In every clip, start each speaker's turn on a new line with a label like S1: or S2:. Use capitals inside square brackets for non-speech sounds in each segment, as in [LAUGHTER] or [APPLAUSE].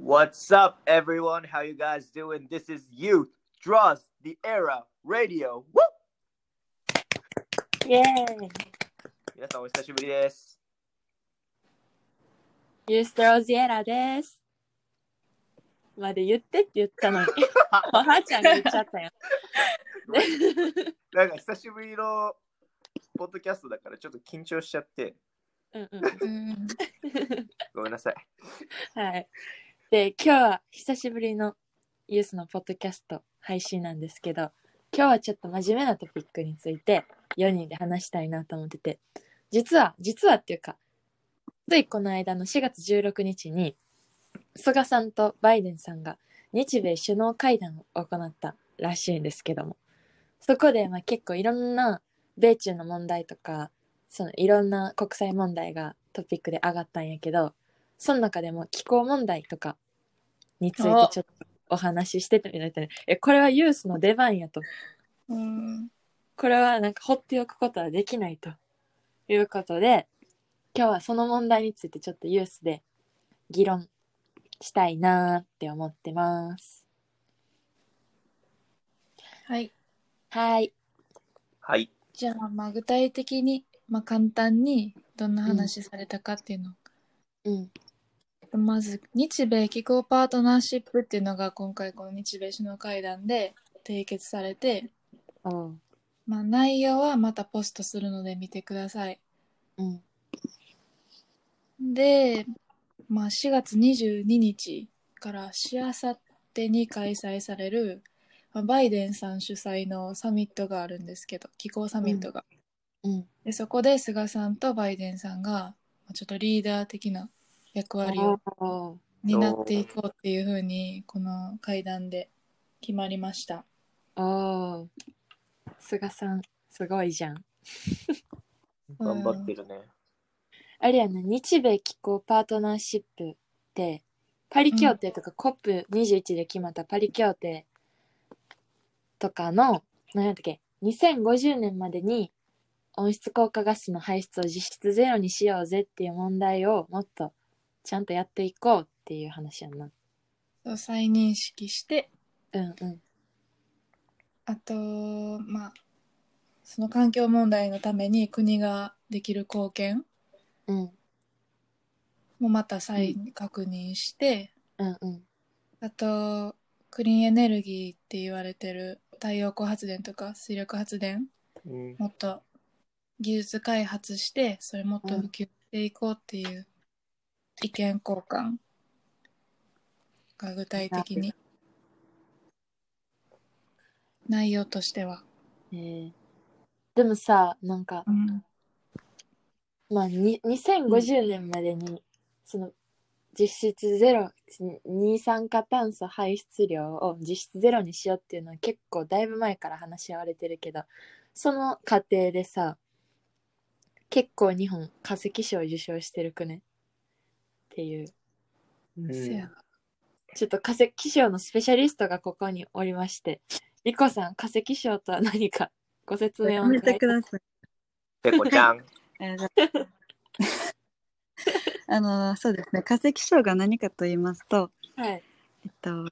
S1: What's up, everyone? How you guys doing? This is Youth Trust the Era Radio. Woo!
S2: イエーイ
S1: 皆さんお久しぶりです。
S2: ユーストローズエラです。まで言ってって言った
S3: [LAUGHS]
S2: のに。おばあちゃんが言っちゃったよ。
S1: なんか久しぶりのポッドキャストだからちょっと緊張しちゃって、
S2: うんうん
S3: うん
S1: ごめんなさい。
S2: はい。で、今日は久しぶりのユースのポッドキャスト配信なんですけど、今日はちょっと真面目なトピックについて4人で話したいなと思ってて、実は、実はっていうか、ついこの間の4月16日に、菅さんとバイデンさんが日米首脳会談を行ったらしいんですけども、そこでまあ結構いろんな米中の問題とか、そのいろんな国際問題がトピックで上がったんやけど、その中でも気候問題とかについてちょっとお話ししててみたいな。え、これはユースの出番やと。
S3: うん
S2: これはなんか放っておくことはできないということで、今日はその問題についてちょっとユースで議論したいなーって思ってます。
S3: はい
S2: はい。
S1: はい。
S3: じゃあまあ具体的に、まあ、簡単にどんな話されたかっていうの、
S2: うん。
S3: まず日米気候パートナーシップっていうのが今回この日米首脳会談で締結されて、
S2: おう。
S3: まあ、内容はまたポストするので見てください
S2: うん。
S3: で、まあ、4月22日からしあさってに開催されるまあバイデンさん主催のサミットがあるんですけど気候サミットが、
S2: うん。
S3: でそこで菅さんとバイデンさんがまあちょっとリーダー的な役割を
S2: おう
S3: 担っていこうっていうふうにこの会談で決まりました。
S2: おう。菅さん、すごいじゃん。
S1: 頑張ってるね。
S2: あれやな、日米気候パートナーシップって、パリ協定とか COP21 で決まったパリ協定とかの、何やったっけ、2050年までに温室効果ガスの排出を実質ゼロにしようぜっていう問題をもっとちゃんとやっていこうっていう話やんな。
S3: そう再認識して
S2: うんうん。
S3: あとまあその環境問題のために国ができる貢献
S2: うん。
S3: もまた再確認して、
S2: うんうん。
S3: あとクリーンエネルギーって言われてる太陽光発電とか水力発電
S1: うん、
S3: もっと技術開発してそれもっと普及していこうっていう意見交換が具体的に内容としては、
S2: えーでもさ、なんか、まあ、に2050年までに、その実質ゼロ二酸化炭素排出量を実質ゼロにしようっていうのは結構だいぶ前から話し合われてるけどその過程でさ結構日本化石賞を受賞してるくねっていう
S1: うん
S3: せや
S2: ちょっと化石賞のスペシャリストがここにおりましてリコさん化石賞とは何かご説明をお願い
S4: ださい。
S1: ペコちゃん。
S4: えーじゃああのそうですね化石賞が何かと言いますと、
S2: はい
S4: えっと、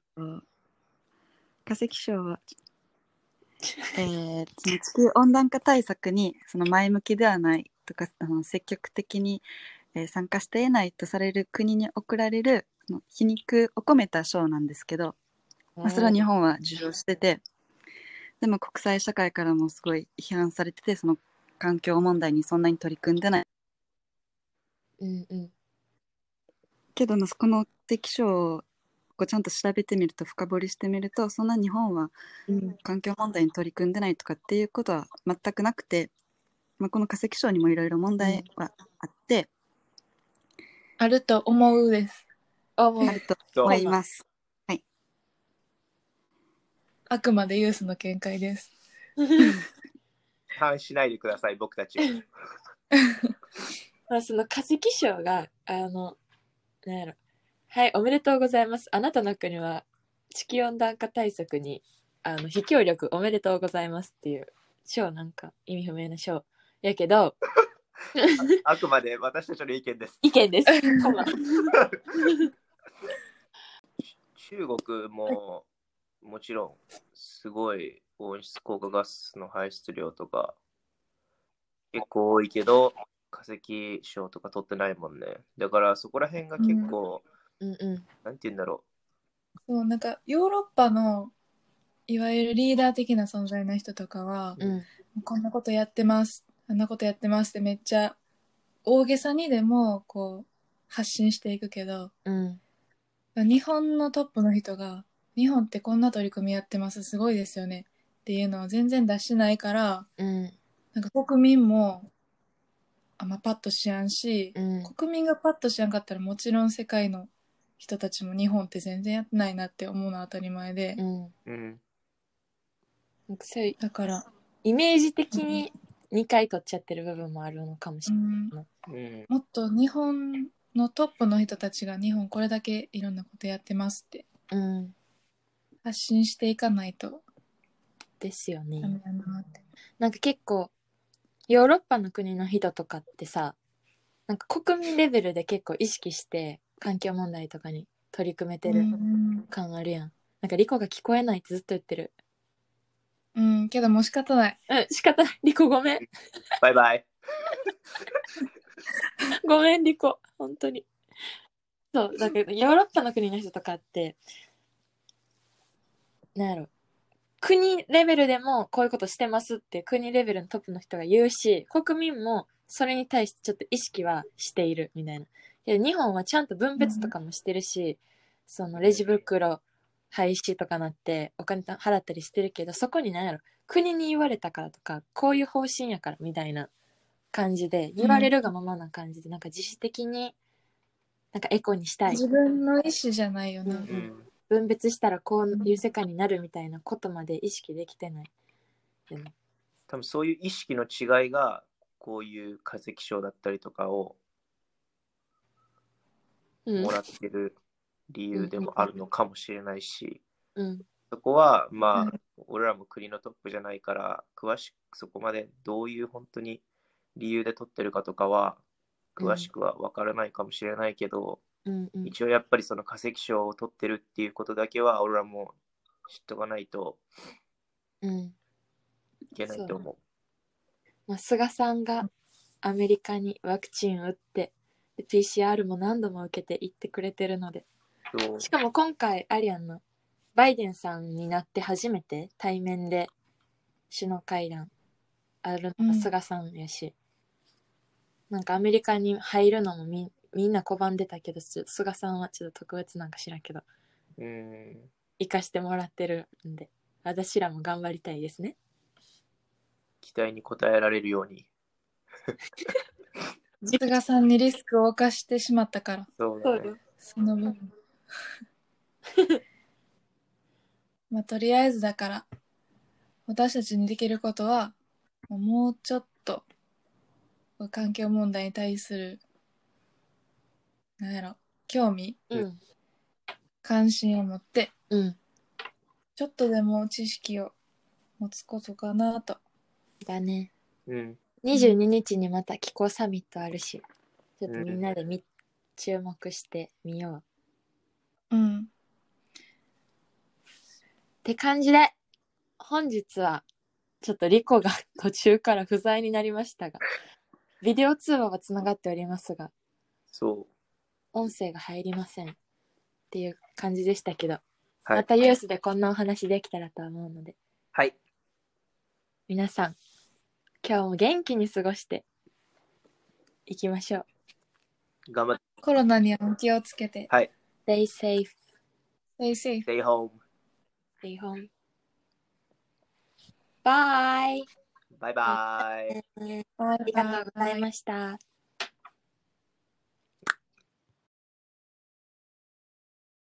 S4: 化石賞は、えーその地球温暖化対策にその前向きではないとかあの積極的に、えー参加していないとされる国に贈られるその皮肉を込めた賞なんですけど、まあ、それは日本は受賞しててでも国際社会からもすごい批判されててその環境問題にそんなに取り組んでない
S2: うんうん
S4: けどもこの適賞をこうちゃんと調べてみると深掘りしてみるとそんな日本は
S2: うん
S4: 環境問題に取り組んでないとかっていうことは全くなくて、まあ、この化石賞にもいろいろ問題はあって、
S3: あると思うです
S2: あもう
S4: [LAUGHS] あると
S1: そう
S4: 思い [LAUGHS] ます。
S3: あくまでユースの見解です [LAUGHS]
S1: 批判しないでください、僕たちを。
S2: まあ、その化石賞があのなんやろはいおめでとうございますあなたの国は地球温暖化対策にあの非協力おめでとうございますっていう賞なんか意味不明な賞やけど [LAUGHS]
S1: あくまで私たちの意見です。
S2: 意見ですコマ
S1: 中国ももちろんすごい温室効果ガスの排出量とか結構多いけど化石賞とか取ってないもんねだからそこら辺が結構、
S2: うんう
S1: なんて言うんだろ
S3: そうなんかヨーロッパのいわゆるリーダー的な存在の人とかは、
S2: んうん
S3: こんなことやってますあんなことやってますってめっちゃ大げさにでもこう発信していくけど
S2: うん
S3: 日本のトップの人が日本ってこんな取り組みやってますすごいですよねっていうのを全然出してないから
S2: うん
S3: なんか国民もあんまパッとしやんし、
S2: うん
S3: 国民がパッとしやんかったらもちろん世界の人たちも日本って全然やってないなって思うのは当たり前で、
S2: うん
S1: う。うん。
S2: なんかそういう
S3: だから、
S2: イメージ的に2回取っちゃってる部分もあるのかもし
S3: う
S2: れない
S3: ん
S1: うん。
S3: もっと日本のトップの人たちが日本これだけいろんなことやってますって
S2: うん
S3: 発信していかないと
S2: ですよね、
S3: ダメだなって。
S2: なんか結構ヨーロッパの国の人とかってさなんか国民レベルで結構意識して環境問題とかに取り組めて
S3: う
S2: る
S3: ん、
S2: 感あるやんなんかリコが聞こえないってずっと言ってる
S3: うん、けどもう仕方ない。
S2: うん仕方ないリコごめん
S1: バイバイ。
S2: [LAUGHS] ごめんリコ本当にそうだけどヨーロッパの国の人とかってなんやろ国レベルでもこういうことしてますって国レベルのトップの人が言うし国民もそれに対してちょっと意識はしているみたいなけど日本はちゃんと分別とかもしてるし、そのレジ袋廃止とかなってお金払ったりしてるけどそこに何やろ国に言われたからとかこういう方針やからみたいな感じで言われるがままな感じで、なんか自主的になんかエコにしたい
S3: 自分の意思じゃないよな。
S2: うん
S1: うん。
S2: 分別したらこういう世界になるみたいなことまで意識できてない。でも
S1: 多分そういう意識の違いが、こういう化石賞だったりとかを
S2: うん
S1: もらってる理由でもあるのかもしれないし、
S2: うん
S1: そこは、ま
S3: う
S1: あ、俺らも国のトップじゃないから、詳しくそこまでどういう本当に理由で取ってるかとかは、詳しくは分からないかもしれないけど、
S2: うんうん
S1: 一応やっぱりその化石賞を取ってるっていうことだけは、俺らも知っとかないと
S2: うん
S1: いけないと思う。
S2: まあ、菅さんがアメリカにワクチン打ってで PCR も何度も受けて行ってくれてるので
S1: そう
S2: しかも今回アリアンのバイデンさんになって初めて対面で首脳会談ある
S3: うん
S2: 菅さんやし、なんかアメリカに入るのもみみんな拒んでたけどちょ菅さんはちょっと特別なんか知らんけど
S1: うん
S2: 行かしてもらってるんで私らも頑張りたいですね
S1: 期待に応えられるように。
S3: 菅さんにリスクを犯してしまったから、
S1: そうだね。
S3: その分。 [LAUGHS] まあ、とりあえずだから、私たちにできることは、もうちょっと、環境問題に対する、なんやろ、興味、
S2: うん
S3: 関心を持って、
S2: うん
S3: ちょっとでも知識を持つことかなと。
S2: だね
S1: うん。
S2: 22日にまた気候サミットあるしちょっとみんなでみ、注目してみようっ
S3: うん。
S2: て感じで本日はちょっとリコが途中から不在になりましたがビデオ通話はつながっておりますが
S1: そう。
S2: 音声が入りませんっていう感じでしたけど、
S1: はい
S2: またユースでこんなお話できたらと思うので
S1: はい。
S2: 皆さん今日も元気に過ごしていきましょう
S1: 頑張って、
S3: コロナにはお気をつけて、
S2: Stay safe
S3: stay safe.
S1: stay home.
S2: stay home bye
S1: バイバイ。
S2: あ
S3: あ
S2: りがとうございました